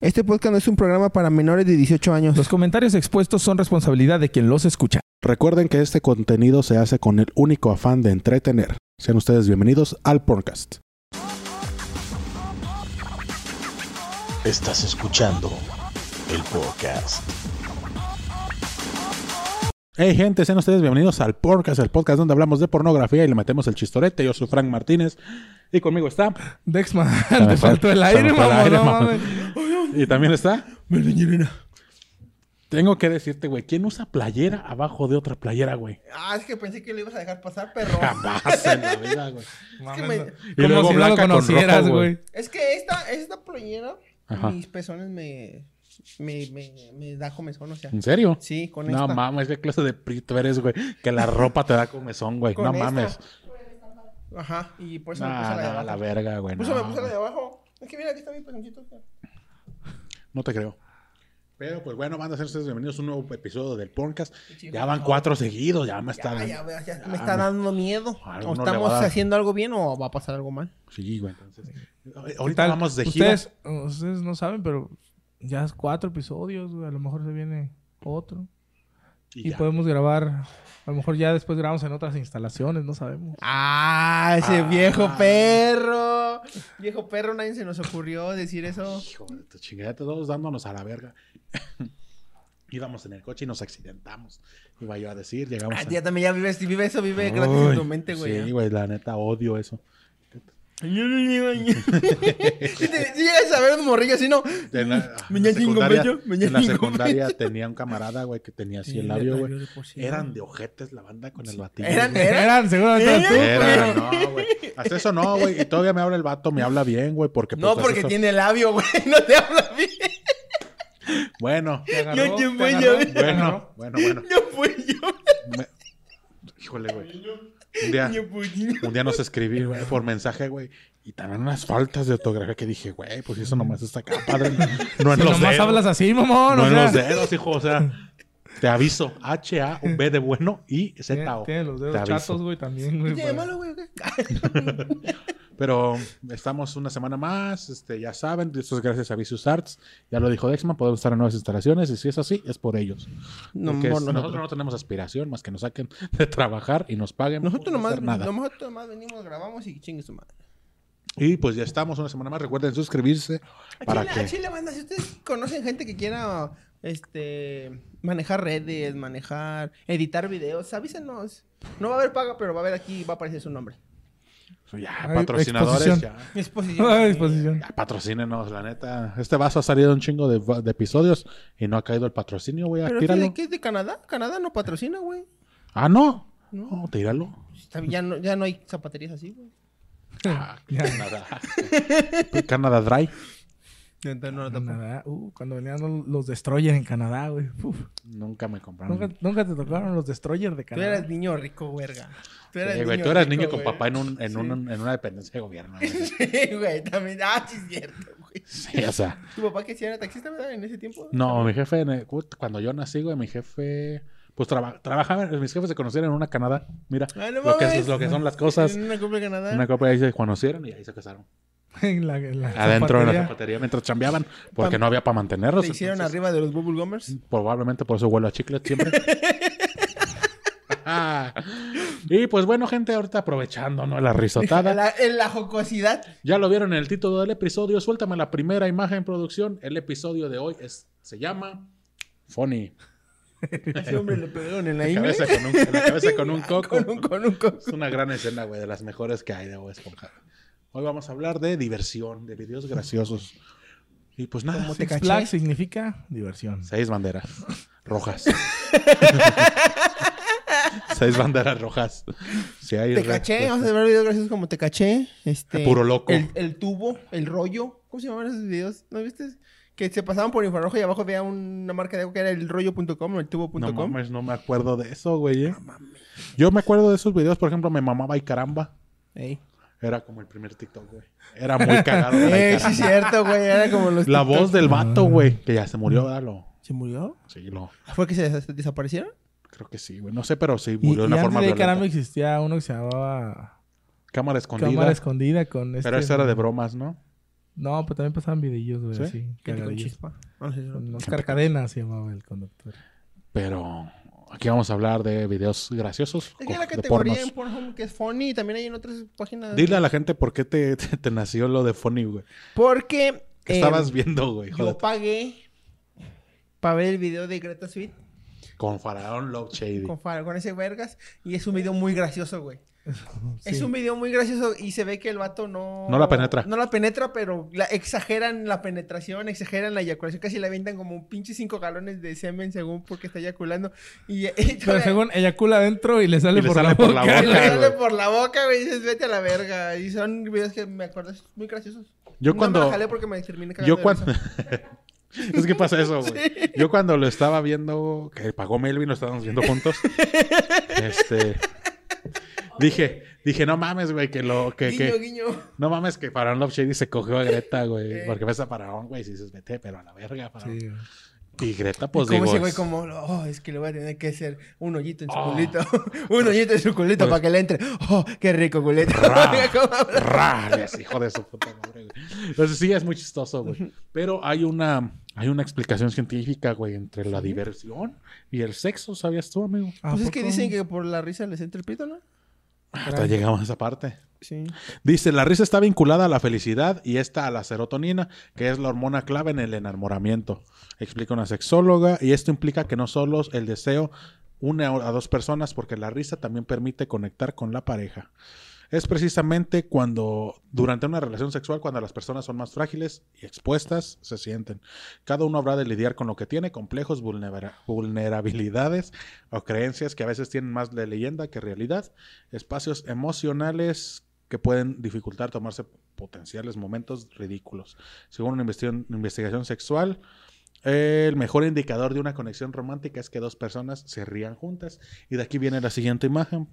Este podcast no es un programa para menores de 18 años. Los comentarios expuestos son responsabilidad de quien los escucha. Recuerden que este contenido se hace con el único afán de entretener. Sean ustedes bienvenidos al podcast. Estás escuchando el podcast. Hey gente, sean ustedes bienvenidos al podcast, el podcast donde hablamos de pornografía y le metemos el chistorete. Yo soy Frank Martínez y conmigo está. Dexman, Ah, me fue- te faltó el se aire, me fue el mamá. aire, no mamá. mames. Y también está. Melvin Llerena. Tengo que decirte, güey, ¿quién usa playera abajo de otra playera, güey? Ah, es que pensé que lo ibas a dejar pasar, perro. Jamás en la vida, güey. Es que, Mames, me- no. Y Como luego si no lo blanca con conocieras, rojo, güey. es que esta, esta playera, Ajá. mis pezones me, me, me, me da comezón, o sea. ¿En serio? Sí, con No esta. mames, qué clase de prito eres, güey. Que la ropa te da comezón, güey. Con No esta. mames. Ajá, y por eso me puse Nah, nah, la de abajo. Pues la verga, güey. Por eso no, me puse la de abajo. Es que mira, aquí está mi pezoncito. No te creo. Pero pues bueno, van a ser ustedes bienvenidos a un nuevo episodio del podcast. Sí, Ya van cuatro seguidos, ya me está. Ya, ya, ya, ya me ya está me- dando miedo. Algo O no le va a estamos dar. haciendo algo bien o va a pasar algo mal. Sí, güey, entonces. eh, ¿Qué Ahorita tal? vamos de gira. ustedes, ustedes no saben, pero ya es cuatro episodios, güey. A lo mejor se viene otro. Y Y, ya. podemos grabar. A lo mejor ya después grabamos en otras instalaciones, no sabemos. Ah, ese Ah. viejo perro. Viejo perro, nadie se nos ocurrió decir eso. Hijo de tu chingada, todos dándonos a la verga. Íbamos en el coche y nos accidentamos. Iba yo a decir, llegamos. Ah, a- ya también ya vives, vive eso, vive Uy, gratis en tu mente, güey. Sí, ya. güey, la neta odio eso. Si te- si llegas a ver un morrillo así, ¿no? En la, Mañana en la chingo secundaria, bello, mañana en la chingo secundaria tenía un camarada, güey, que tenía así pues, el labio, güey. Eran de ojetes la banda con el batillo. Eran, güey. eran. Eran, seguramente Eran, tú, güey. Era, no, güey. Hasta eso no, güey. Y todavía me habla el vato, me habla bien, güey, porque... pues, No, hasta porque eso- tiene labio, güey. No te habla bien. Bueno, Te agarró, Yo, yo, te güey, agarró, yo- te agarró. bueno, bueno, bueno. No fui yo. Me- Híjole, güey. Un día, Yo fui yo. un día nos escribí, güey, por mensaje, güey. Y también unas faltas de ortografía que dije, güey, pues eso nomás está acá, padre. No en Si los nomás dedos. hablas así, mamón. no o en sea, los dedos, hijo. O sea, te aviso. H-A, B de bueno y tiene- Z-O. Tiene los Te dedos aviso. chatos, güey, también, güey. pues. Oye, para- malo, güey, Ah, güey. Pero estamos una semana más, este, ya saben, esto es gracias a Vicious Arts, ya lo dijo Dexman, podemos estar en nuevas instalaciones y si es así, es por ellos. No, Porque por es- nosotros. nosotros. no tenemos aspiración más que nos saquen de trabajar y nos paguen. Nosotros por no nomás, hacer nada. nomás- nomás venimos, grabamos y chingue su madre. Y pues ya estamos una semana más, recuerden suscribirse A para Chile, a que... Chile, banda, si ustedes conocen gente que quiera este manejar redes, manejar, editar videos, avísenos. No va a haber paga, pero va a haber aquí, va a aparecer su nombre. Ya, Ay, patrocinadores, exposición. ya, Mi exposición. Ah, disposición. ya patrocínenos, la neta. Este vaso ha salido un chingo de, va- de episodios y no ha caído el patrocinio, güey, Ah, ¿Pero qué, tíralo. de- qué es de Canadá? Canadá no patrocina, güey. Ah, no. No. No, tíralo. Está bien, Ya no, ya no hay zapaterías así, güey. Ah, Ya. Canadá. Canadá Dry. Entonces no Canadá, uh, cuando venían los Destroyer en Canadá, güey. uf. Nunca me compraron. ¿Nunca, nunca te tocaron los Destroyer de Ah, Tú Canadá. eras niño rico, verga. Tú eras Sí, niño, güey, tú eras rico, niño con güey. papá en, un, en, un- en una dependencia de gobierno. güey. Sí, güey, también. Ah, sí, es cierto, güey. Sí, o sea. ¿Tu papá que sí era taxista, verdad, en ese tiempo? No, mi jefe, en el- ut, cuando yo nací, güey, mi jefe. Pues traba- trabajaba, mis jefes se conocieron en una Canadá. Mira, Ah, no lo, que mames. es, lo que son las cosas. En una Copa de Canadá. Una copa ahí se conocieron y ahí se casaron. en la, en la Adentro de la zapatería. zapatería mientras chambeaban, porque Pam. no había para mantenerlos. Te hicieron entonces, arriba de los Bubble Gummers. Probablemente por eso huelo a chicle siempre. y pues bueno, gente, ahorita aprovechando ¿no? la risotada. La- en la jocosidad. Ya lo vieron en el título del episodio. Suéltame la primera imagen, producción. El episodio de hoy es, se llama Funny. A ese hombre le pegaron en la La ingle. cabeza con un, la cabeza con un coco. Con un, con un coco. Es una gran escena, güey, de las mejores que hay de Bob Esponja. Hoy vamos a hablar de diversión, de videos graciosos. Y pues nada, Como te seis- Six Flags significa diversión. seis banderas rojas. seis banderas rojas. Si hay Te re- caché. Vamos a ver videos graciosos como te caché. Este, Puro loco. El, el tubo, el rollo. ¿Cómo se llamaban esos videos? ¿No viste? Que se pasaban por infrarrojo y abajo había una marca de algo que era el rollo.com o el No tubo.com. mames, no me acuerdo de eso, güey. eh. Yo me acuerdo de esos videos, por ejemplo, me mamaba y caramba. Ey. Era como el primer TikTok, güey. Era muy cagado. era Ey, el Eh, sí, cara. es cierto, güey. Era como los. La TikTok. Ah. Mm. voz del vato, güey. Que ya se murió, ¿verdad? Lo- ¿Se murió? sí, lo... ¿Fue que se des- desaparecieron? Creo que sí, güey. No sé, pero sí, Y, murió de y una antes forma de violenta. Caramba existía uno que se llamaba Cámara escondida. Cámara Escondida con este... Pero eso era de bromas, ¿no? No, pero también pasaban videillos, güey, ¿Sí? así. Gente con cagadillos. chispa. Ah, no sé si lo- Con Oscar Cadena se llamaba el conductor. Pero aquí vamos a hablar de videos graciosos. Es que hay co- la de categoría pornos. en Pornhub que es funny y también hay en otras páginas. Dile a la gente por qué te, te- te nació lo de Funny, güey. Porque ¿Qué eh, estabas viendo, güey? yo Joder. pagué para ver el video de Greta Sweet Con Faraón Love Shady. con, Far- con ese vergas y es un video muy gracioso, güey. Es Sí. un video muy gracioso y se ve que el vato no... No la penetra. No la penetra, pero la- exageran la penetración, exageran la eyaculación. Casi le avientan como un pinche cinco galones de semen según porque está eyaculando. Y, Pero según eyacula adentro y le sale, Y le por, sale la por la boca. Y le boca, sale güey. por la boca, güey, y dices, vete a la verga. Y son videos que me acuerdo, es muy graciosos. Yo No me cuando. la jalé porque me terminé cagando Yo de cuando. risa. es que pasa eso, güey. Yo cuando lo estaba viendo, que pagó Melvin, lo estábamos viendo juntos. este. Dije, dije, no mames, güey, que lo. Que, Guiño, que- guiño. No mames, que Faraón Love Shady se cogió a Greta, güey. Eh. Porque ves a Faraón, güey, si dices, vete, pero a la verga, Faraón. Sí, güey. Y Greta, Pues pues como digo. ese güey, es- como, oh, es que le voy a tener que hacer un hoyito en su Oh. culito. un hoyito en su culito Pues- para que le entre. Oh, qué rico culito. Pues Ra. ¿Cómo habla? Rales, hijo de su puta madre, güey. Entonces sí, es muy chistoso, güey. Pero hay una, hay una explicación científica, güey, entre la diversión y el sexo, ¿sabías tú, amigo? ¿A pues es que poco? dicen que por la risa les entra el pito, ¿no? Hasta llegamos a esa parte. Sí. Dice, la risa está vinculada a la felicidad y esta a la serotonina, que es la hormona clave en el enamoramiento. Explica una sexóloga y esto implica que no solo el deseo une a a dos personas, porque la risa también permite conectar con la pareja. Es precisamente cuando, durante una relación sexual, cuando las personas son más frágiles y expuestas, se sienten. Cada uno habrá de lidiar con lo que tiene, complejos, vulnera- vulnerabilidades o creencias que a veces tienen más de leyenda que realidad espacios emocionales que pueden dificultar tomarse potenciales momentos ridículos. Según una investigación, investigación sexual, el mejor indicador de una conexión romántica es que dos personas se rían juntas. Y de aquí viene la siguiente imagen.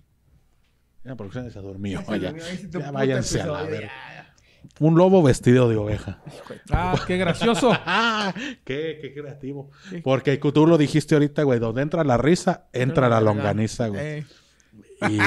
La producción se durmió. Vaya, ya váyanse a la verga. Un lobo vestido de oveja. Ah, qué gracioso. ¡Ah! ¡Qué, qué creativo! Porque tú lo dijiste ahorita, güey. Donde entra la risa, entra la longaniza, güey. Eh. Y...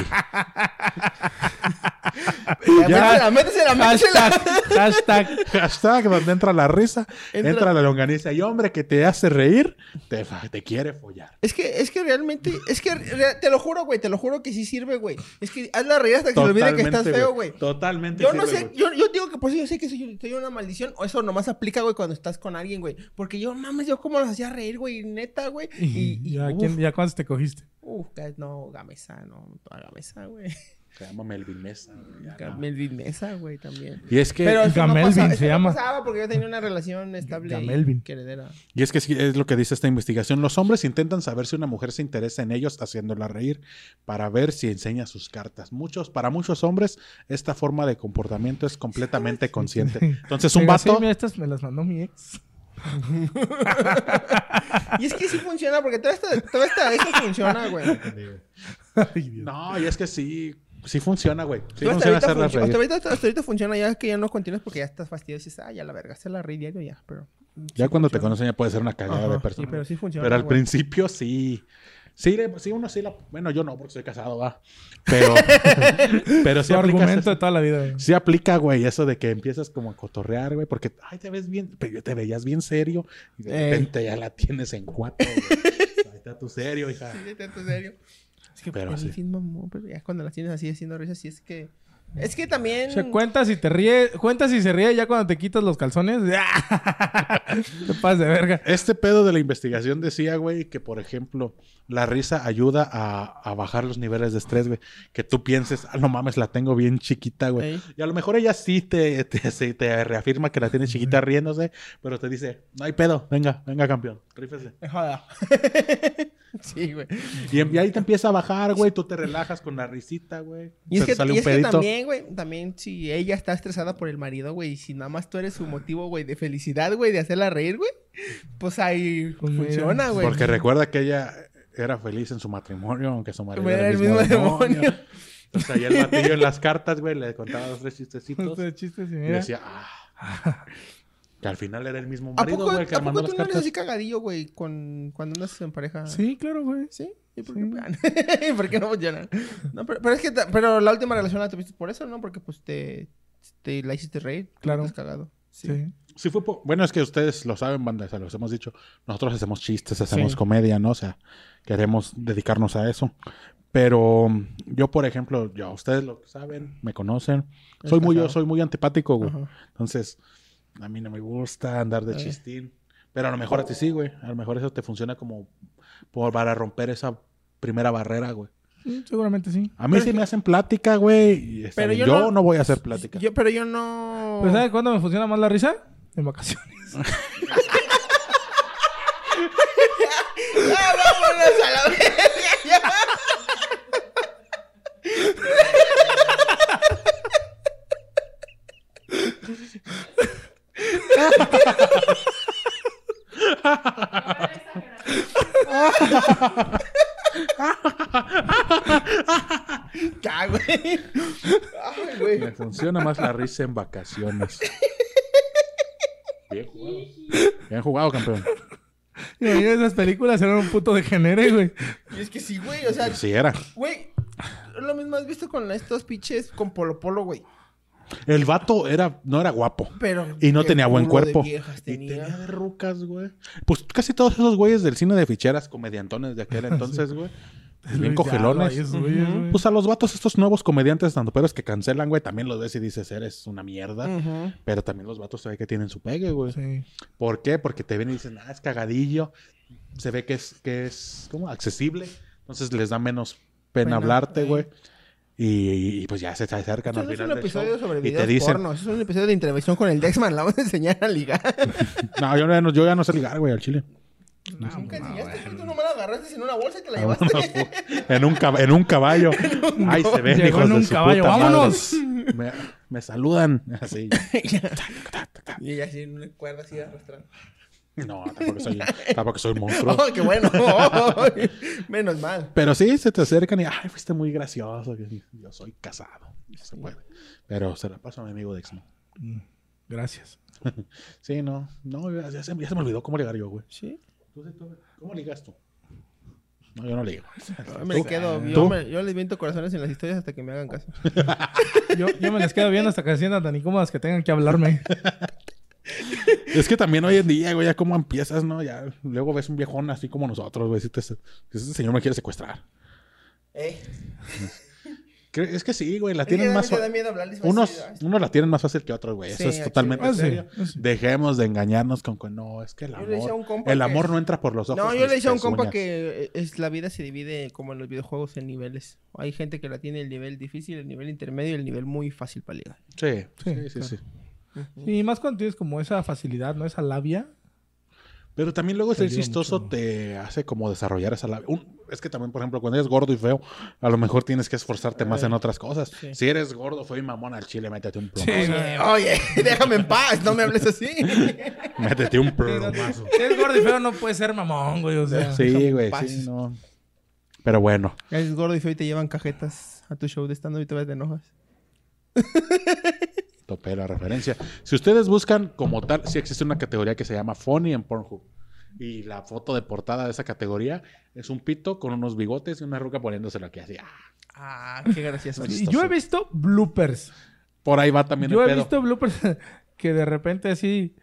Métela, métela, métela. hashtag, hashtag. Hashtag donde entra la risa, entra, Entra- la longaniza. Y hombre que te hace reír, te, fa- te quiere follar. Es que, es que realmente, es que re- te lo juro, güey, te lo juro que sí sirve, güey. Es que haz la reír hasta que se olvide que estás feo, güey. Totalmente. Yo no sirve, sé, güey. yo, yo digo que por eso yo sé que soy, soy una maldición. O eso nomás aplica, güey, cuando estás con alguien, güey. Porque yo, mames, yo como los hacía reír, güey, neta, güey. Y, y ¿Ya, uf, quién- ya cuántos te cogiste? uf, ca- no, Gamesa, no, toda Gamesa, güey. Se llama Melvin Mesa. güey, ya, no. Eh, Melvin Mesa, güey, también. Y es que, Pero eso no Gamelvin pasaba, se eso no llama. pasaba porque yo tenía una relación estable Gamelvin. y que heredera. y es que sí, es lo que dice esta investigación. Los hombres intentan saber si una mujer se interesa en ellos haciéndola reír para ver si enseña sus cartas. Muchos, para muchos hombres, esta forma de comportamiento es completamente consciente. Entonces, un Oiga, sí, vato. mira, estas me las mandó mi ex. Y es que sí funciona porque todo esto, todo esto, esto funciona, güey. Ay, Dios. No, y es que sí, sí funciona, güey. Sí Tú hasta, funciona ahorita hacerla func- hasta, reír. ahorita, hasta ahorita funciona, ya que ya no continúas porque ya estás fastidiado y dices, ah, ya la verga, se la reí diario ya, pero... Ya cuando te conocen ya puede ser una cagada de Ajá, persona. sí, pero sí funciona, Pero al güey. principio sí. Sí, le- sí, uno sí la... Bueno, yo no, porque soy casado, va. Pero, pero sí Su argumento aplica, de toda la vida. güey. sí aplica, güey, eso de que empiezas como a cotorrear, güey, porque, ay, te ves bien, pero te veías bien serio y de Ey. repente ya la tienes en cuatro, güey. Ahí está tu serio, hija. Sí, tanto serio. Es que Pero pero sí. pero ya cuando las tienes así haciendo risas, sí es que... Es que también... O sea, cuentas y te ríes, cuentas y se ríe ya cuando te quitas los calzones. te pasas de verga. Este pedo de la investigación decía, güey, que por ejemplo, la risa ayuda a, a bajar los niveles de estrés, güey. Que tú pienses, ah, no mames, la tengo bien chiquita, güey. Ey. Y a lo mejor ella sí te, te, sí te reafirma que la tienes chiquita riéndose, pero te dice, no hay pedo, venga, venga, campeón, rífese. Me Joda. sí, güey. Y, en- y ahí te empieza a bajar, güey, tú te relajas con la risita, güey. Y es Se te que, y es que también, güey, también si ella está estresada por el marido, güey, y si nada más tú eres su motivo, güey, de felicidad, güey, de hacerla reír, güey, pues ahí Pues mira, funciona, güey. Porque recuerda que ella era feliz en su matrimonio, aunque su marido Era era el mismo, demonio. demonio. O sea, y el batillo en las cartas, güey, le contaba dos, tres chistecitos. Este chiste, sí, Y mira. decía, ah. Que al final era el mismo ¿A marido, poco, güey, el que ¿a mandó poco las tú no eres cartas. así cagadillo, güey, con, cuando andas en pareja? Sí, claro, güey. ¿Sí? ¿Y por, Sí. Qué? ¿Y por qué no funciona? No, pero, pero es que ta- pero la última relación la tuviste por eso, ¿no? Porque pues te, te la hiciste reír. tú Claro. estás cagado. Sí. Sí fue po- bueno, es que ustedes lo saben, banda, se los hemos dicho. Nosotros hacemos chistes, hacemos Sí. comedia, ¿no? O sea, queremos dedicarnos a eso. Pero mm, yo, por ejemplo, yo, ustedes lo saben, me conocen. Soy muy, yo casado. soy muy antipático, güey. Ajá. Entonces, a mí no me gusta andar de Eh. chistín. Pero a lo mejor a ti sí, güey. A lo mejor eso te funciona como por, para romper esa primera barrera, güey. Mm, Seguramente sí. A mí Pero sí es me hacen plática, güey. y está Pero bien. yo yo, no- no... voy a hacer plática. Yo, pero yo no. ¿Pero Pues, sabes Pues, cuándo me funciona más la risa? En vacaciones. ¡Ah, vámonos a la verga! ya! Ya, güey. Ay, güey. Me funciona más la risa en vacaciones. Bien jugado. Bien jugado, campeón. Y ahí esas películas eran un puto de genere, güey. Y es que sí, güey. O sea, Sí era. güey. Lo mismo has visto con estos pinches con Polo Polo, güey. El vato era, no era guapo. Pero. Y no qué tenía buen culo de cuerpo. viejas Y tenía. tenía de rucas, güey. Pues casi todos esos güeyes del cine de ficheras, comediantones de aquel entonces, güey. pues Bien cogelones. Esos güeyes, güey. Pues a los vatos, estos nuevos comediantes tantoperos que cancelan, güey, también los ves y dices, eres una mierda. Ujú. Pero también los vatos se ve que tienen su pegue, güey. Sí. ¿Por qué? Porque te ven y dicen, ah, es cagadillo. Se ve que es, que es ¿cómo? Accesible. Entonces les da menos pena, Pena, hablarte, sí. güey. Y, y, pues ya se te acercan Esto al no es final un del show episodio sobre y te videos dicen, porno. Esto es un episodio de intervención con el Dexman. La vamos a enseñar a ligar. no yo, ya no, yo ya no sé ligar, güey, al chile. Nunca enseñaste, pero tú no me la agarraste en una bolsa Ah, y te la llevaste. Vámonos, güey. pues, en, un cab- en un caballo. Ahí se ven, Llegó hijos en de un su caballo. puta madre. ¡Vámonos! Me, me saludan. Así. y ella así en una cuerda así arrastrando. No, tampoco soy, tampoco soy monstruo. ¡Oh, qué bueno! Menos mal. Pero sí, se te acercan y, ay, fuiste muy gracioso. Yo soy casado. No se puede. Pero se la paso a mi amigo Dexman. Gracias. Sí, no. No, ya, ya se, ya se me olvidó cómo ligar yo, güey. Sí. Tú sí, tú- ¿Cómo ligas tú? No, yo no ligo. Me ¿Tú? quedo. ¿Tú? Yo, me- yo les viento corazones en las historias hasta que me hagan caso. Yo, yo me les quedo viendo hasta que se sientan tan incómodas que tengan que hablarme. Es que también hoy en día, güey, ya cómo empiezas, ¿no? Ya luego ves un viejón así como nosotros, güey. Si te- si este señor me quiere secuestrar. Eh, Cre- Es que sí, güey, la es que tienen también más te da fácil. miedo hablarles fácil, Unos, ¿verdad? unos la tienen más fácil que otros, güey. Eso Sí, es a totalmente chile. Ah, sí, serio. ah, sí. Dejemos de engañarnos con que no, es que el Yo le decía a un amor. compa El que- amor no entra por los ojos. No, ni yo le decía a un pezuñas. compa que eh, es, la vida se divide como en los videojuegos en niveles. Hay gente que la tiene el nivel difícil, el nivel intermedio y el nivel muy fácil para ligar. Sí, sí, sí, claro. sí. Sí, y más cuando tienes como esa facilidad, ¿no? Esa labia. Pero también luego ser Ayuda chistoso mucho. te hace como desarrollar esa labia. Un- es que también, por ejemplo, cuando eres gordo y feo, a lo mejor tienes que esforzarte más Eh, en otras cosas. Si eres gordo, feo y mamón al chile, métete un plomazo. Oye, oye, déjame en paz, no me hables así. Métete un plomazo. Si eres gordo y feo, no puedes ser mamón, güey. O sea, Sí, güey, paz. sí, no. Pero bueno, Eres gordo y feo y te llevan cajetas a tu show de stand-up y te ves de enojas. topé la referencia. Si ustedes buscan como tal, sí existe una categoría que se llama Funny en Pornhub. Y la foto de portada de esa categoría es un pito con unos bigotes y una ruca poniéndoselo aquí así. ah. Ah, qué gracioso. Y yo he visto bloopers. Por ahí va también Yo el he pedo. visto bloopers que de repente así,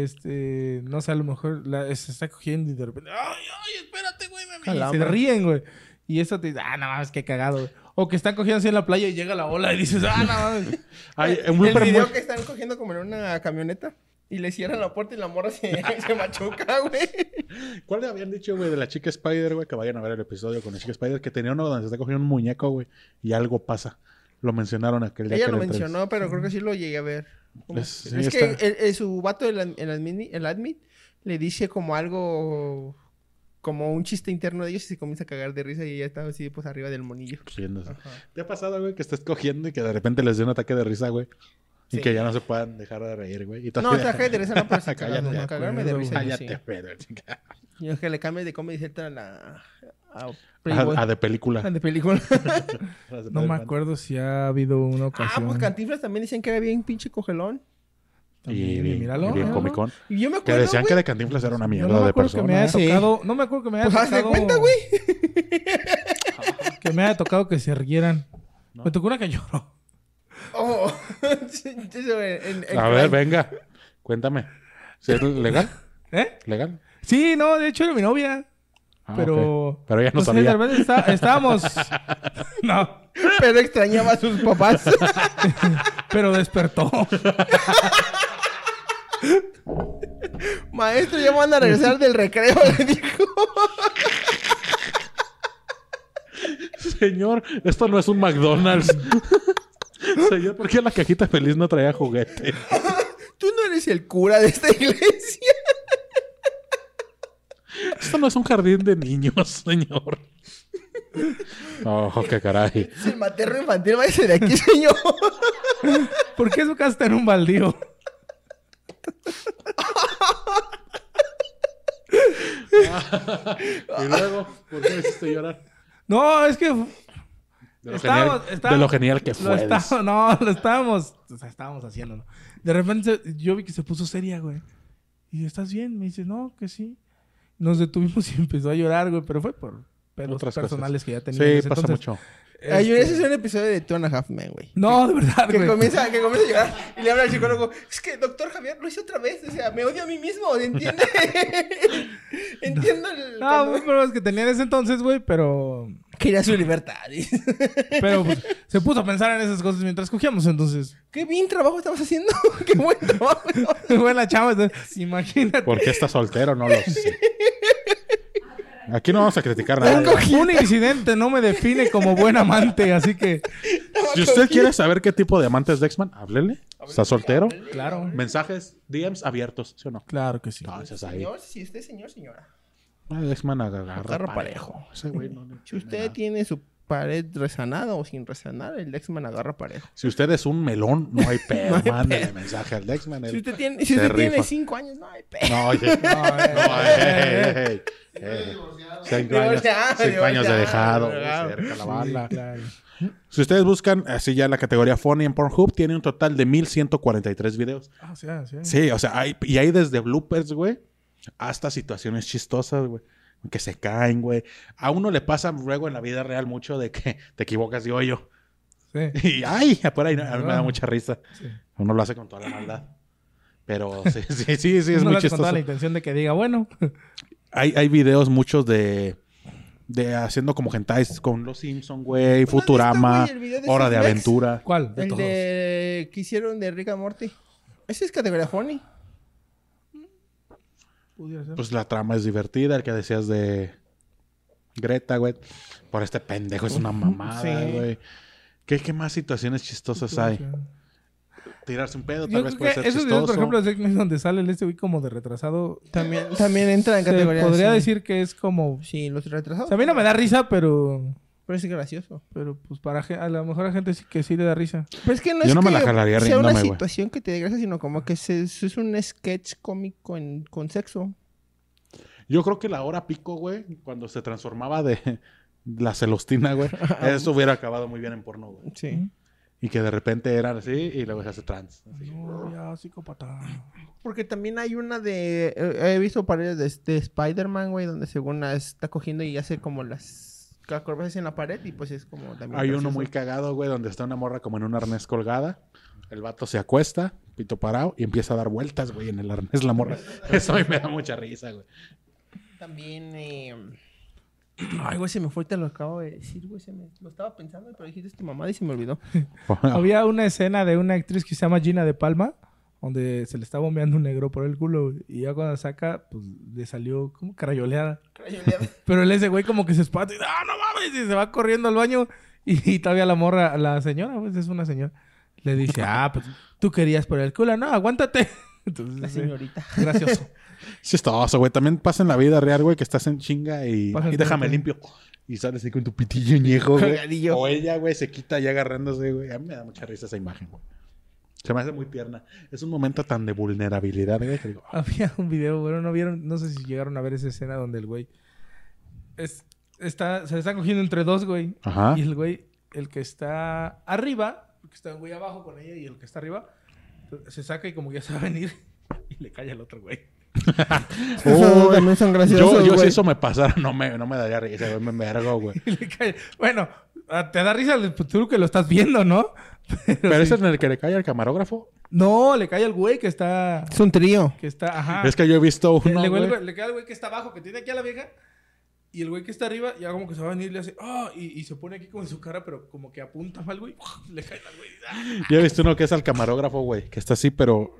este, no sé, a lo mejor la- se está cogiendo y de repente, ¡ay, ay, espérate, güey! Me, me", y se Calambre. ríen, güey. Y eso te dice, ah, no mames, qué cagado, güey. O que están cogiendo así en la playa y llega la ola y dices, ah, no mames. Hay un El blooper video muy- que están cogiendo como en una camioneta y le cierran la puerta y la morra se, se machuca, güey. ¿Cuál le habían dicho, güey, de la chica Spider, güey? Que vayan a ver el episodio con la chica Spider, que tenía uno donde se está cogiendo un muñeco, güey, y algo pasa. Lo mencionaron aquel día. Ella que lo le entrevist- mencionó, pero creo que sí lo llegué a ver. Como- Es- Es, sí, que está. el- el- su vato, el, ad- el admin, el admin, le dice como algo, como un chiste interno de ellos y se comienza a cagar de risa y ella estaba así, pues arriba del monillo. Riéndose. Ajá. ¿Te ha pasado, güey, que estás cogiendo y que de repente les dé un ataque de risa, güey? Y Sí. que ya no se puedan dejar de reír, güey. Y tú No, así o de- sea, cagar de risa no, pero sí Cállate, cagarme, me cagarme de acuerdo, risa. yo sí. Cállate, Pedro, chica. Y es que le cambie de comedy Central a, a Playboy. A, a de película. a de película. Las de No Pedro me Pan. acuerdo si ha habido una ah, ocasión. pues Cantinflas también decían que era bien pinche cogelón. Y También, bien, míralo, y bien míralo. Comic Con. Y yo me Que acuerdo, decían güey. que de Cantinflas era una Yo mierda no me de acuerdo que me persona. ¿eh? haya Sí. tocado. No me acuerdo que me haya Pues haz de tocado. cuenta, güey. Que me haya tocado que se rieran. Me tocó una que lloró. Oh, sí, sí, sí, en- en- A ver, venga. Cuéntame. ¿Si ¿Es legal? ¿Eh? ¿Legal? Sí, no, de hecho era mi novia. Ah, pero. ok. Pero ella no sé, sabía. tal vez está- estábamos. no. Pero extrañaba a sus papás. Pero despertó. Maestro, ya me van a regresar del recreo, le dijo. Señor, esto no es un McDonald's. Señor, ¿por qué la cajita feliz no traía juguete? Tú no eres el cura de esta iglesia. Esto no es un jardín de niños, señor. Oh, qué caray. Es el materno infantil, váyase de aquí, señor. ¿Por qué su casa está en un baldío? Y luego, ¿por qué me hiciste llorar? No, es que. De lo, Estábamos- genial, estábamos- de lo genial que lo fue. estábamos- no, lo estábamos. O sea, estábamos haciéndolo. De repente se- yo vi que se puso seria, güey. Y yo, ¿estás bien? Me dice, no, que sí. Nos detuvimos y empezó a llorar, güey. Pero fue por pedos Otras cosas. personales que ya Sí, tenía. en ese pasa entonces. mucho. Este, Ay, ese es un episodio de Two and a Half Men, güey. No, de verdad, Que güey. comienza, que comienza a llorar y le habla al psicólogo, es que doctor Javier lo hice otra vez, o sea, me odio a mí mismo, ¿entiende? Entiendo el... No, cuando- güey, pero es que tenía en ese entonces, güey, pero. Quería su libertad. dice. Pero pues, se puso a pensar en esas cosas mientras cogíamos, entonces. Qué bien trabajo estabas haciendo, qué buen trabajo. Buena chava, entonces, imagínate. ¿Por qué está soltero? No lo sé. Aquí no vamos a criticar a Un nadie. un incidente no me define como buen amante, así que. Si usted quiere saber qué tipo de amante es Dexman, háblele. ¿Está soltero? Claro. Mensajes, DMs abiertos, ¿sí o no? Claro que sí. Entonces ahí. Señor, si usted, señor, señora, Ah, Dexman agarra, Agarra parejo. parejo. Ese güey no le si tiene usted nada. tiene su pared resanada o sin resanar, el Dexman agarra parejo. Si usted es un melón, no hay pedo. Mándele mensaje al Dexman. Si él- usted tiene, si se usted tiene rifa. cinco años, no hay pe... No, oye. No, eh, eh, eh, eh, eh. Cinco años, Divorciado, cinco años de divorciado, dejado. güey, divorciado. Cerca la Sí, bala. claro. Si ustedes buscan así ya la categoría Funny en Pornhub, tiene un total de 1143 videos. Ah, sí, ah, sí. Mm. Sí, o sea, hay, y hay desde bloopers, güey, hasta situaciones chistosas, güey. Que se caen, güey. A uno le pasa luego en la vida real mucho de que te equivocas de hoyo. Sí. Y ay, por ahí ¿no? a mí me da mucha risa. Sí. Uno lo hace con toda la maldad. Pero sí, sí, sí, sí, es Uno lo muy hace con toda chistoso. la intención de que diga, bueno. Hay, hay videos muchos de, de haciendo como gentais con los Simpson, güey, Futurama, güey, el video de Hora esos de Mex? Aventura. ¿Cuál? De El todos. de... que hicieron de Rick and Morty. Ese es categoría funny. Pudiera ser. Pues la trama es divertida, el que decías de Greta, güey. Por este pendejo es una mamada, Sí. güey. ¿Qué, ¿Qué más situaciones chistosas pues, hay? Tirarse un pedo, tal Yo vez creo puede que ser esos chistoso. videos, por ejemplo, de Zack Snyder, donde sale el este güey como de retrasado. También, también entra en se categoría podría sí. decir que es como. Sí, los retrasados. O sea, a mí no me da risa, pero. Pero es gracioso. Pero pues para gen- a lo mejor a gente sí que sí le da risa. Pero es que no Yo es no me que la jalaría sea una riéndome, güey. situación que te dé gracia, sino como que se- es, un sketch cómico en, con sexo. Yo creo que la hora pico, güey, cuando se transformaba de la celostina, güey, eso hubiera acabado muy bien en porno, güey. Sí. Y que de repente eran así y luego se hace trans. así. No, ya, psicópata. Porque también hay una de... eh, he visto paredes de, de Spider-Man, güey, donde según la está cogiendo y hace como las corbatas en la pared y pues es como también... Hay uno gracioso. muy cagado, güey, donde está una morra como en un arnés colgada. El vato se acuesta, pito parado, y empieza a dar vueltas, güey, en el arnés la morra. Eso a mí me da mucha risa, güey. También... eh, Ay, güey, se me fue, te lo acabo de decir, güey. se me- Lo estaba pensando, pero dijiste tu mamá y se me olvidó. Había una escena de una actriz que se llama Gina de Palma, donde se le está bombeando un negro por el culo, güey, y ya cuando saca, pues le salió como crayoleada. Pero él ese güey como que se espata y ¡ah, no mames! Y se va corriendo al baño. Y, y todavía la morra, la señora, pues es una señora, le dice, ah, pues tú querías por el culo, no, aguántate. La Entonces, eh, señorita. gracioso. Chistoso, güey. También pasa en la vida real, güey, que estás en chinga y, Pasa en y déjame chinga. limpio. Y sales ahí con tu pitillo ñejo, güey. Colgadillo. O ella, güey, se quita ya agarrándose, güey. A mí me da mucha risa esa imagen, güey. Se me hace muy tierna. Es un momento tan de vulnerabilidad, güey. que digo, "Ah, Había un video, bueno, no vieron, no sé si llegaron a ver esa escena donde el güey es- está, se le están cogiendo entre dos, güey. Ajá. Y el güey, el que está arriba, el que está un güey abajo con ella y el que está arriba, se saca y como que ya se va a venir y le cae al otro güey. Esos Uy, también son graciosos, Oh, Yo, yo si güey. eso me pasara, no me, no me daría risa, güey. Me mergo, güey. Y le cae. Bueno, Ah, Te da risa el futuro que lo estás viendo, ¿no? Pero, Pero sí. ese es en el que le cae al camarógrafo. No, le cae al güey que está... Es un trío. Que está... Ajá. Es que yo he visto Ah. Le- uno. le, güey. le- le cae al güey que está abajo, que tiene aquí a la vieja. Y el güey que está arriba ya como que se va a venir y le hace... ah y, y se pone aquí como en su cara, pero como que apunta mal, güey. Le cae al güey. Ah. Yo he visto uno que es al camarógrafo, güey, que está así, pero.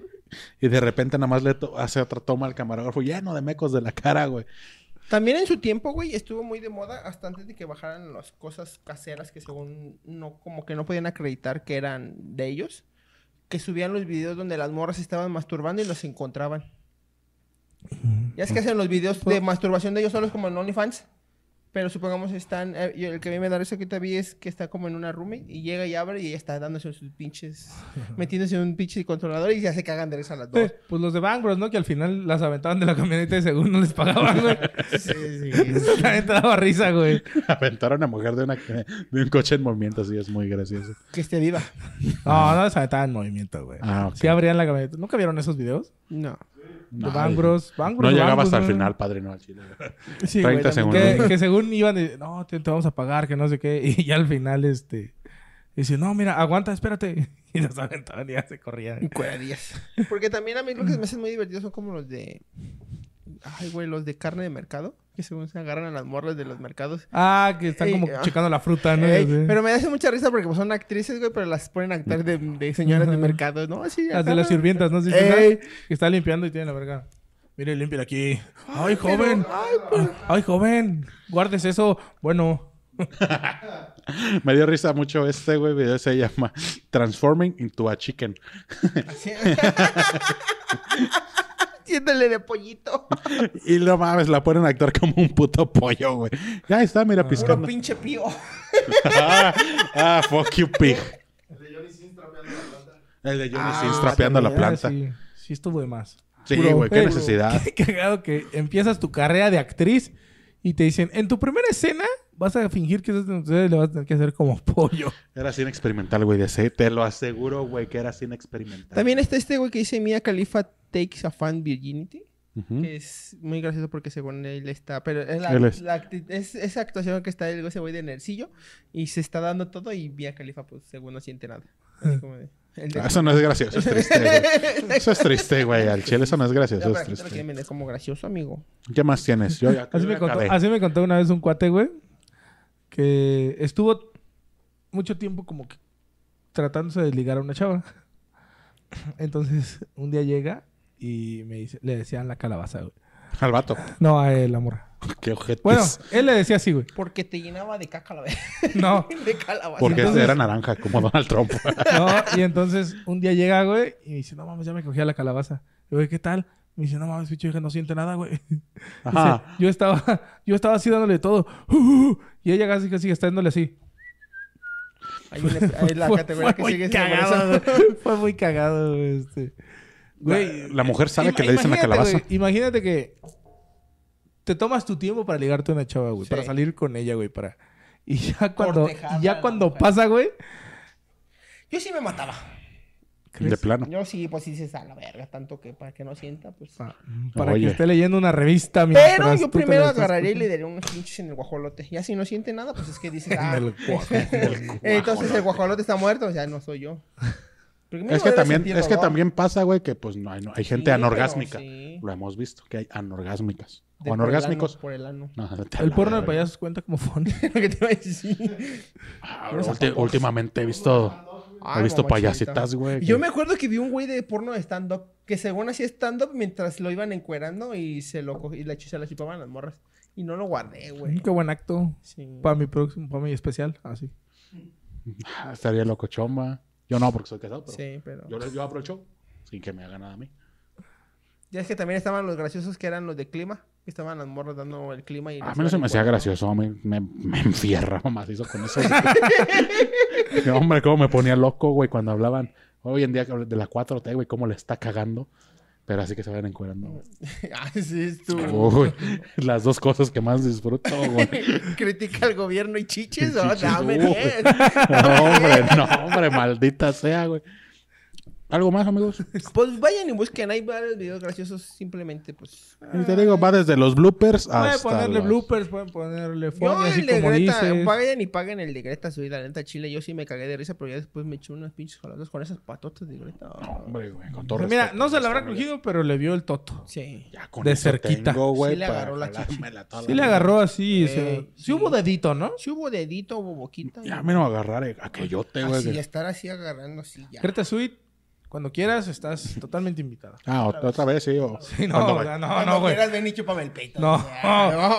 Y de repente nada más le to- hace otra toma al camarógrafo lleno de mecos de la cara, güey. También en su tiempo, güey, estuvo muy de moda hasta antes de que bajaran las cosas caseras que según no, como que no podían acreditar que eran de ellos. Que subían los videos donde las morras se estaban masturbando y los encontraban. Ya es que hacen los videos de masturbación de ellos solos como en OnlyFans. Pero supongamos están... eh, y el que a mí me da eso que te vi es que está como en una room y llega y abre y ella está dándose sus pinches... metiéndose en un pinche controlador y ya se cagan de risa las dos. Pues los de Bang Bros, ¿no? Que al final las aventaban de la camioneta y según no les pagaban, güey. Sí, sí. Eso también te daba risa, güey. Aventaron a una mujer de, una, de un coche en movimiento, así es muy gracioso. Que esté viva. No, no les aventaban en movimiento, güey. Ah, ok. Sí abrían la camioneta. ¿Nunca vieron esos videos? No. No, de Bang Bros. Bang Bros, No llegaba Bang hasta el Bros, ¿no? final, padre, no, al chile. Sí, 30 también. segundos. Que, que según iban, de, no, te, te vamos a pagar, que no sé qué. Y ya al final, este... Dice, no, mira, aguanta, espérate. Y los aventaban y Mm. ya se corrían. Cuadrillas. Porque también a mí lo que me hacen muy divertidos son como los de. Ay, güey, los de carne de mercado. Que según se agarran a las morras de los mercados. Ah, que están Ey, como ah. checando la fruta, ¿no? Ey, Sí. pero me hace mucha risa porque pues, son actrices, güey, pero las ponen a actuar de, de señoras de mercado. No, sí. Las de ajá. las sirvientas, ¿no? Sí, sí, Ey. ¿sabes? que está limpiando y tiene la verga. Mire, limpia aquí. Ay, joven. Ay, pues. joven. Guardes eso. Bueno. Me dio risa mucho este, güey, video se llama Transforming into a Chicken. Sí. Tiéndole de pollito. Y no mames, la ponen a actuar como un puto pollo, güey. Ya está, Ah. mira, Puro piscando. pinche pío. ah, ah, fuck you, pig. El de Johnny Sins trapeando la planta. Ah, Sí, sí estuvo de más. Sí, Puro- güey, qué Ey, necesidad. Qué cagado que empiezas tu carrera de actriz y te dicen, en tu primera escena vas a fingir que eso te sucede y le vas a tener que hacer como pollo. Era cine experimental, güey, de ese. Te lo aseguro, güey, que era cine experimental. También está este güey que dice Mia Khalifa takes a fan virginity. Ujú. Que es muy gracioso porque según él está, pero es, la, Él es. la acti- es- esa actuación que está el ese güey de Nercillo y se está dando todo y Vía Califa pues según no siente nada. Así como de- el de- Ah, Eso no es gracioso, es triste, güey. Eso es triste, güey. Al chile, eso no es Ya, gracioso, pero es aquí te lo quieren triste. vender como gracioso, amigo. ¿Qué más tienes? Yo ya Así yo me, ya contó, acabé. así me contó una vez un cuate, güey, que estuvo mucho tiempo como que tratándose de ligar a una chava. Entonces, un día llega y me dice, le decían la calabaza, güey. Al vato. No, a él, la morra. Qué ojetes. Bueno, él le decía así, güey. Porque te llenaba de caca la vez. No, de calabaza. Porque entonces- era naranja, como Donald Trump. no. Y entonces, un día llega, güey, y dice, no mames, ya me cogía la calabaza. Le digo, ¿qué tal? Me dice, no mames, pinche vieja, no siente nada, güey. Ajá. Dice, yo estaba, yo estaba así dándole todo. y ella casi casi está dándole así. Hay una- hay la Fue- categoría fue que muy sigue siendo cagado, esa. güey. Fue muy cagado, güey, este. Güey, la mujer sabe Ima- que le dicen la imagínate, calabaza. güey, imagínate que te tomas tu tiempo para ligarte a una chava, güey. Sí. Para salir con ella, güey. Para... Y ya cuando, Cortejarla y a ya la cuando mujer. pasa, güey. Yo sí me mataba. De plano. Yo sí, pues sí se a la verga, tanto que para que no sienta, pues. Ah. pa- Para Oye. que esté leyendo una revista mientras Pero yo tú te la primero estás agarraría y le daría unos pinches en el guajolote. Ya si no siente nada, pues es que dices, ah, el guajolote. entonces el guajolote está muerto, o sea, no soy yo. Porque mínimo Es que debe también, sentir es que dolor. también pasa, güey, que pues no hay, no- hay gente pero anorgásmica. sí. Lo hemos visto, que hay anorgásmicas. De o anorgásmicos. Por el ano. No, te El la porno de verga. payasos cuenta como fondo. Por el ano. Lo que te iba a decir. Ah, ulti- últimamente he visto. Ay, he visto mamachita. payasitas, güey. que- Yo me acuerdo que vi un güey de porno de stand-up que según hacía stand-up mientras lo iban encuerando y se lo cogí, y la ch- se la chupaban las morras. Y no lo guardé, güey. Qué buen acto. Sí. Para mi próximo, para mi especial. Así. Ah, Estaría loco chomba. Yo no, porque soy casado, pero. Sí, pero. Yo, yo abro el show sin que me haga nada a mí. Ya es que también estaban los graciosos que eran los de clima. Que estaban las morras dando el clima. Y A las mí no se me hacía iban gracioso, me, me, me enfierraba macizo con eso. güey. No, hombre, cómo me ponía loco, güey, cuando hablaban. Hoy en día que hablan de la 4T, güey, cómo le está cagando. Pero así que se vayan encuerando. güey. encuerando. ah, sí, es tú. Uy, las dos cosas que más disfruto, güey. Critica al gobierno y chiches. Oh, Chiches, dame uy. diez. No, hombre, no, hombre, maldita sea, güey. ¿Algo más, amigos? Pues vayan y busquen, hay varios videos graciosos, simplemente pues... Y te digo, va desde los bloopers Pueden hasta. ponerle los- bloopers, pueden ponerle Yo fondo, así el de como Greta, dices. vayan y paguen el de Greta Sui, la neta Chile, yo sí me cagué de risa, pero ya después me eché unas pinches jaladas con esas patotas de Greta. Hombre, güey, con O todo sea, Mira, respeto, no se está la habrá bien. cogido, pero le vio el toto. Sí. Ya con De eso cerquita. tengo, güey, Sí le para agarró la chichi. jalármela toda Sí le la- agarró así, Eh, o sea, sí. sí. hubo dedito, ¿no? Si hubo dedito, hubo boquita. Ya y- me no agarrar eh, a que yo te, güey. así, que- estar así agarrando así ya. Greta Sweet, cuando quieras estás totalmente invitada. Ah, ot- otra vez, sí. o- Sí, no, Cuando- o sea, no, Cuando no, güey. quieras ven y chúpame el peito. No, Ya, oye, no,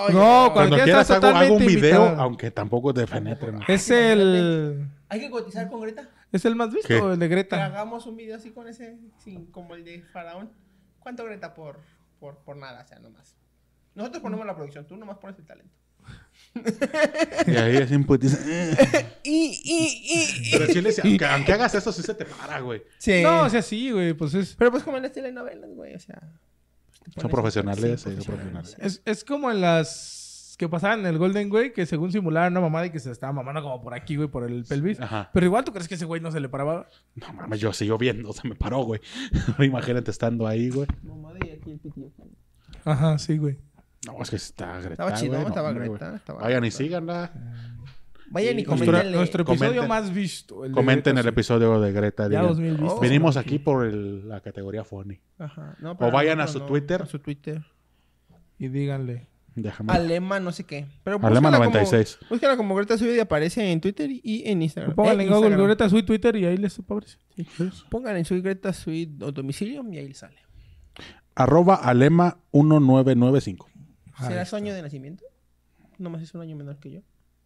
Cuando no. Cualquiera quieras está hago, hago un totalmente video, invitada. aunque tampoco te penetren. Es el Hay que cotizar con Greta. es el más visto, ¿Qué? el de Que Greta. hagamos un video así con ese, sin- como el de Faraón. ¿Cuánto Greta por, por, por nada? O sea, nomás. Mm. Nosotros ponemos la producción, tú nomás pones el talento. Y ahí es imputiza. Y, y, Pero sí le decía, aunque, aunque hagas eso, sí se te para, güey. Sí. No, o sea, sí, güey, pues es Pero pues como en las telenovelas, güey, o sea. pues, te Son pones- profesionales, sí, sí, son profesionales. es, es como en las que pasaban en el Golden Güey, que según simulaban una mamada y que se estaba mamando como por aquí, güey, por el pelvis. Ajá. Pero igual tú crees que ese güey no se le paraba. No mames, yo sigo viendo, se me paró, güey. Imagínate estando ahí, güey. Mamá, y aquí el pitillo. Ajá, sí, güey. No, es que está Greta. Estaba chido, güey, no, estaba hombre, Greta, güey. estaba Vayan y Greta. síganla. Vayan y Nuestro- Nuestro, comentenle. nuestro episodio Comenten. más visto. el de Comenten Greta, el sí. episodio de Greta. Ya digan, 2000 vistas. Oh, Vinimos aquí por el- la categoría funny. Ajá. No, O vayan a nosotros su Twitter. A su Twitter. Y díganle. Déjame. Alema, no sé qué. Pero Alema búscala como- 96. Búscala como Greta Sui y aparece en Twitter y en Instagram. Pónganle Eh, en Google Instagram. Greta su Twitter y ahí les aparece. Pongan en su Greta Sui o domicilio y ahí le sale. Arroba Alema 1995. ¿Será su año de nacimiento? Nomás es un año menor que yo.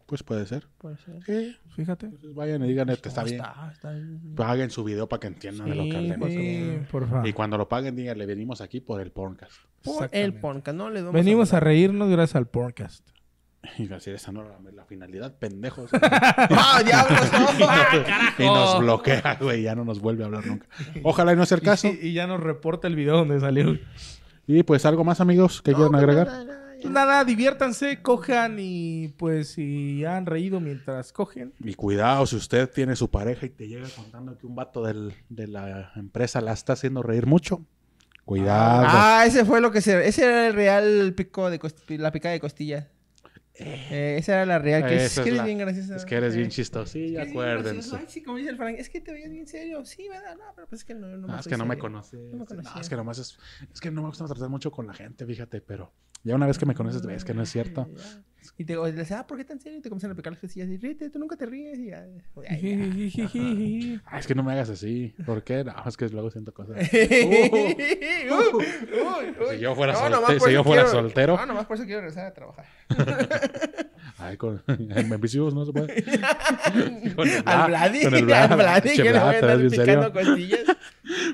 Pues puede ser. Puede ser. Sí. Fíjate. Pues vayan y digan, está No, bien. Está, Ah, está bien. Paguen su video para que entiendan de lo Sí, que hablemos. Sí, por favor. Y cuando lo paguen, díganle, venimos aquí por el podcast. Por el podcast, no les vamos Venimos a hablar. reírnos gracias al podcast. Y así esa no era la, la finalidad, pendejos. ¡Ah, diablos! no! ah, y nos bloquea, güey. Ya no nos vuelve a hablar nunca. Ojalá y no sea el caso. Y, y ya nos reporta el video donde salió. Y pues algo más, amigos, que quieran agregar. Pues nada, diviértanse, cojan y pues si han reído mientras cogen. Y cuidado, si usted tiene su pareja y te llega contando que un vato del- de la empresa la está haciendo reír mucho, cuidado. Ah, ese fue lo que se... Ese era el real pico de cost- la picada de costilla. Eh, esa era la real. Que es, Esa que es eres la- bien graciosa. Es que eres bien Eh, es chistosilla, que eres bien gracioso. acuérdense. Ay, sí, como dice el Frank, es que te veías bien serio. Sí, ¿verdad? No, pero pues es que no, no Ah, me es que no me serio. conoces. No me No, conocía. es que nomás es, es que no me gusta tratar mucho con la gente, fíjate, pero ya una vez que me conoces ves que no es cierto. Ay, ya. Y te o le dices, ah, ¿por qué tan serio? Y te comienzan a picar las costillas. Y ríete, tú nunca te ríes. Y ya. Ay, Jijijiji. Ah, es que no me hagas así. ¿Por qué? No, es que luego siento cosas. Uh, ya. Uy, uy, Oh. Si yo fuera solte- nomás por si yo eso fuera quiero- soltero. No, nomás por eso quiero regresar a trabajar. Ay, con en vicios no se puede. Con el Vlad- Al Vladi, con el al Vlad, Vladi, che, que no Vlad, voy te a ves andar bien picando serio. costillas.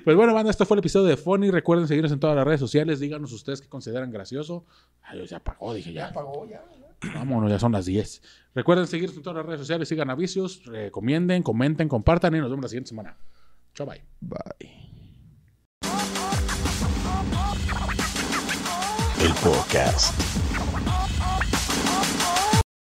Pues bueno, banda, este fue el episodio de Funny. Recuerden seguirnos en todas las redes sociales. Díganos ustedes qué consideran gracioso. Ay, ya apagó, dije ya. Apagó ya. Vámonos, ya son las 10. Recuerden seguirnos en todas las redes sociales. Sigan a Vicios. Recomienden, comenten, compartan y nos vemos la siguiente semana. Chao, bye. El podcast.